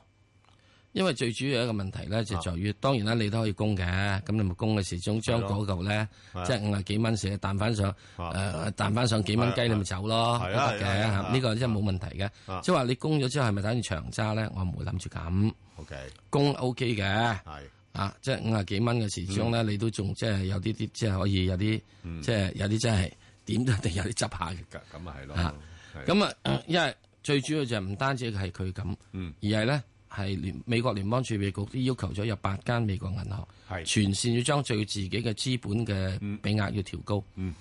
因為最主要一個問題咧，啊就在於當然啦，你都可以供嘅，咁你咪供嘅時鐘將嗰嚿咧係啊，即係五啊幾蚊時彈翻上誒彈翻上幾蚊雞，係啊你咪走咯，都係啊得嘅係啊係啊嚇呢個真係冇問題嘅啊。即係話你供咗之後係咪等於長揸咧？我唔會諗住咁 OK，供 OK 嘅。係啊，即係五啊幾蚊嘅時鐘嗯咧，你都仲即係有啲啲，即係可以有啲，即係有啲真係點都一定有啲執下嘅。咁咁啊係咯，啊係咁啊，呃因為最主要就係唔單止係佢咁，嗯而係咧係聯美國聯邦儲備局都要求咗有八間美國銀行係全線要將最自己嘅資本嘅比額要調高。嗯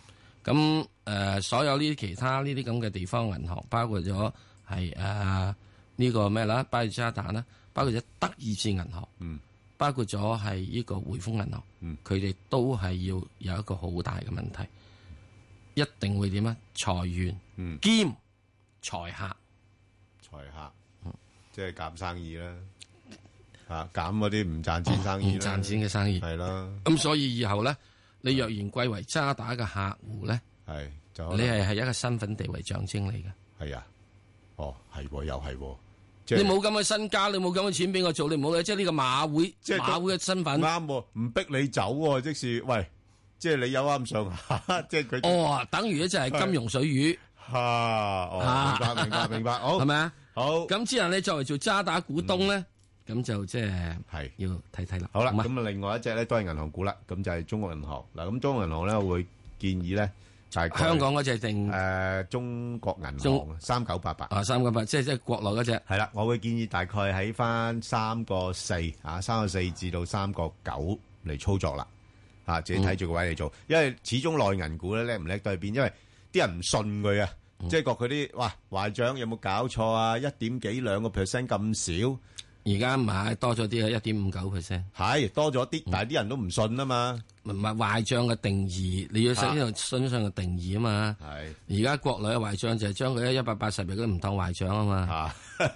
咁誒、呃所有呢啲其他呢啲咁嘅地方銀行，包括咗係誒呢個咩啦，巴爾扎坦啦，包括咗德意志銀行，嗯包括咗係呢個匯豐銀行嗯，佢哋、都係要有一個好大嘅問題，一定會點啊？裁員、嗯兼裁客，財客，即係減生意啦，嚇減嗰啲唔賺錢生意唔啦，賺錢嘅生意。係啦，咁所以以後咧，你若然貴為渣打嘅客戶咧，係就可你能係係一個身份地位象徵嚟嘅。係啊，哦係喎，又係喎，即你係冇咁嘅身家，你冇咁嘅錢俾我做，你唔好理，即係呢個馬會即係馬會嘅身份。啱喎，唔逼你走喎，即是喂，即係你有啱上下， 即係佢哦，等於咧就係金融水魚，嚇，哦明白 明白明白，好係咪啊？好咁之後你作為做渣打股東咧，咁就即係係。要睇睇啦。好啦，唔係咁啊，另外一隻咧都係銀行股啦，咁就係中國銀行嗱。咁中國銀行咧，我會建議咧，大概香港嗰只定誒中國銀行中三九八八啊三個八，即係即係國內嗰只。係啦，我會建議大概喺翻三個四啊，三個四至到三個九嚟操作啦，啊自己睇住個位嚟做，因為始終內銀股咧叻唔叻都係邊，因為啲人唔信佢啊，即係覺佢啲哇壞帳有冇搞錯啊，一點幾兩個 percent 咁少。而家買多咗啲啊，一點五九 percent。係多咗啲，但係啲人都唔信啊嘛，唔係壞帳嘅定義，你要啊信呢度信信嘅定義啊嘛。係而家國內嘅壞帳就係將佢一百八十日都唔當壞帳啊嘛，嚇，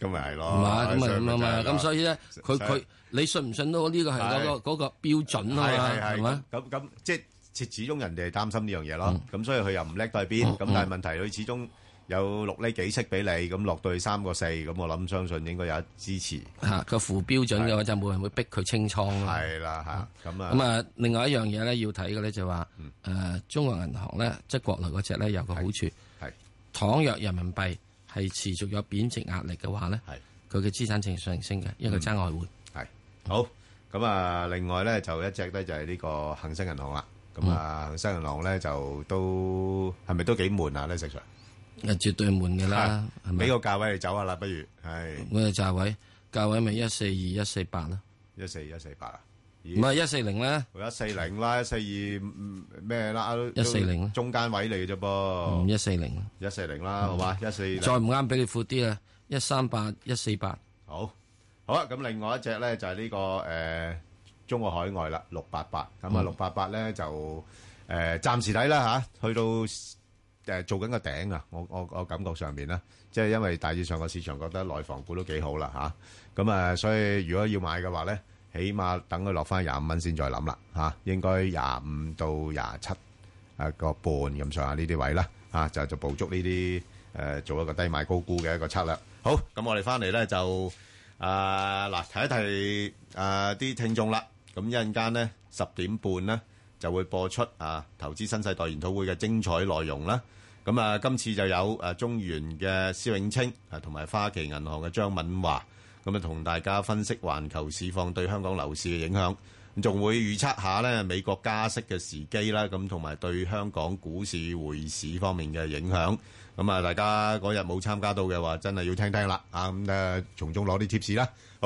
咁咪係咯，係嘛？咁啊咁啊嘛，咪咁所以咧，佢所以佢你信唔信到呢個係嗰個嗰個標準啊嘛，係嘛？咁咁即係始始終人哋係擔心呢樣嘢咯。咁所以佢又唔叻到去邊。咁但係問題佢始終有六厘幾息俾你，咁落到去三個四，咁我諗相信應該有一支持。嚇個負標準嘅話就冇人會逼佢清倉啦。係啦嚇，咁咁啊啊，另外一樣嘢咧要睇嘅咧就話，誒中國銀行咧，即係國內嗰只咧有個好處，係倘若人民幣係持續有貶值壓力嘅話咧，係佢嘅資產淨上升嘅，因為佢爭外匯。係好。咁啊，另外咧就一隻咧就係呢個恒生銀行啦。咁啊，恒生銀行咧就都係咪都幾悶啊？咧石 Sir，誒絕對悶嘅啦，嗯係咪啊俾？個價位你走下啦，不如係我嘅價位，價位咪一四二、一四八啦，一四一四八啊。唔係一四零咧，一四零啦，一四二咩啦，都140啦中間位嚟嘅啫唔噃，嗯一四零，一四零啦，好嘛，一四零，再唔啱俾你闊啲啊，一三八、一四八，好，好啦，咁另外一隻咧就係呢個誒中國海外啦，六八八，咁啊六八八咧就誒暫時睇啦嚇，去到誒做緊個頂啊，我我我感覺上面啦，即係因為大致上個市場覺得內房股都幾好啦嚇，咁啊所以如果要買嘅話咧，起碼等佢落翻廿五蚊先再諗啦嚇，應該廿五到廿七。啊個半咁上下呢啲位啦，啊就就捕捉呢啲誒做一個低買高沽嘅一個策略。好，咁我哋翻嚟咧就啊嗱提一提啊啲聽眾啦，咁一陣間咧十點半咧就會播出啊投資新世代研討會嘅精彩內容啦。咁啊，今次就有誒中原嘅施永青啊，同埋花旗銀行嘅張敏華，咁啊同大家分析環球市況對香港樓市嘅影響，咁仲會預測下咧美國加息嘅時機啦，咁同埋對香港股市匯市方面嘅影響。呃咁啊，大家嗰日冇參加到嘅話，真係要聽聽啦，啊咁誒，從中攞啲 tips 啦。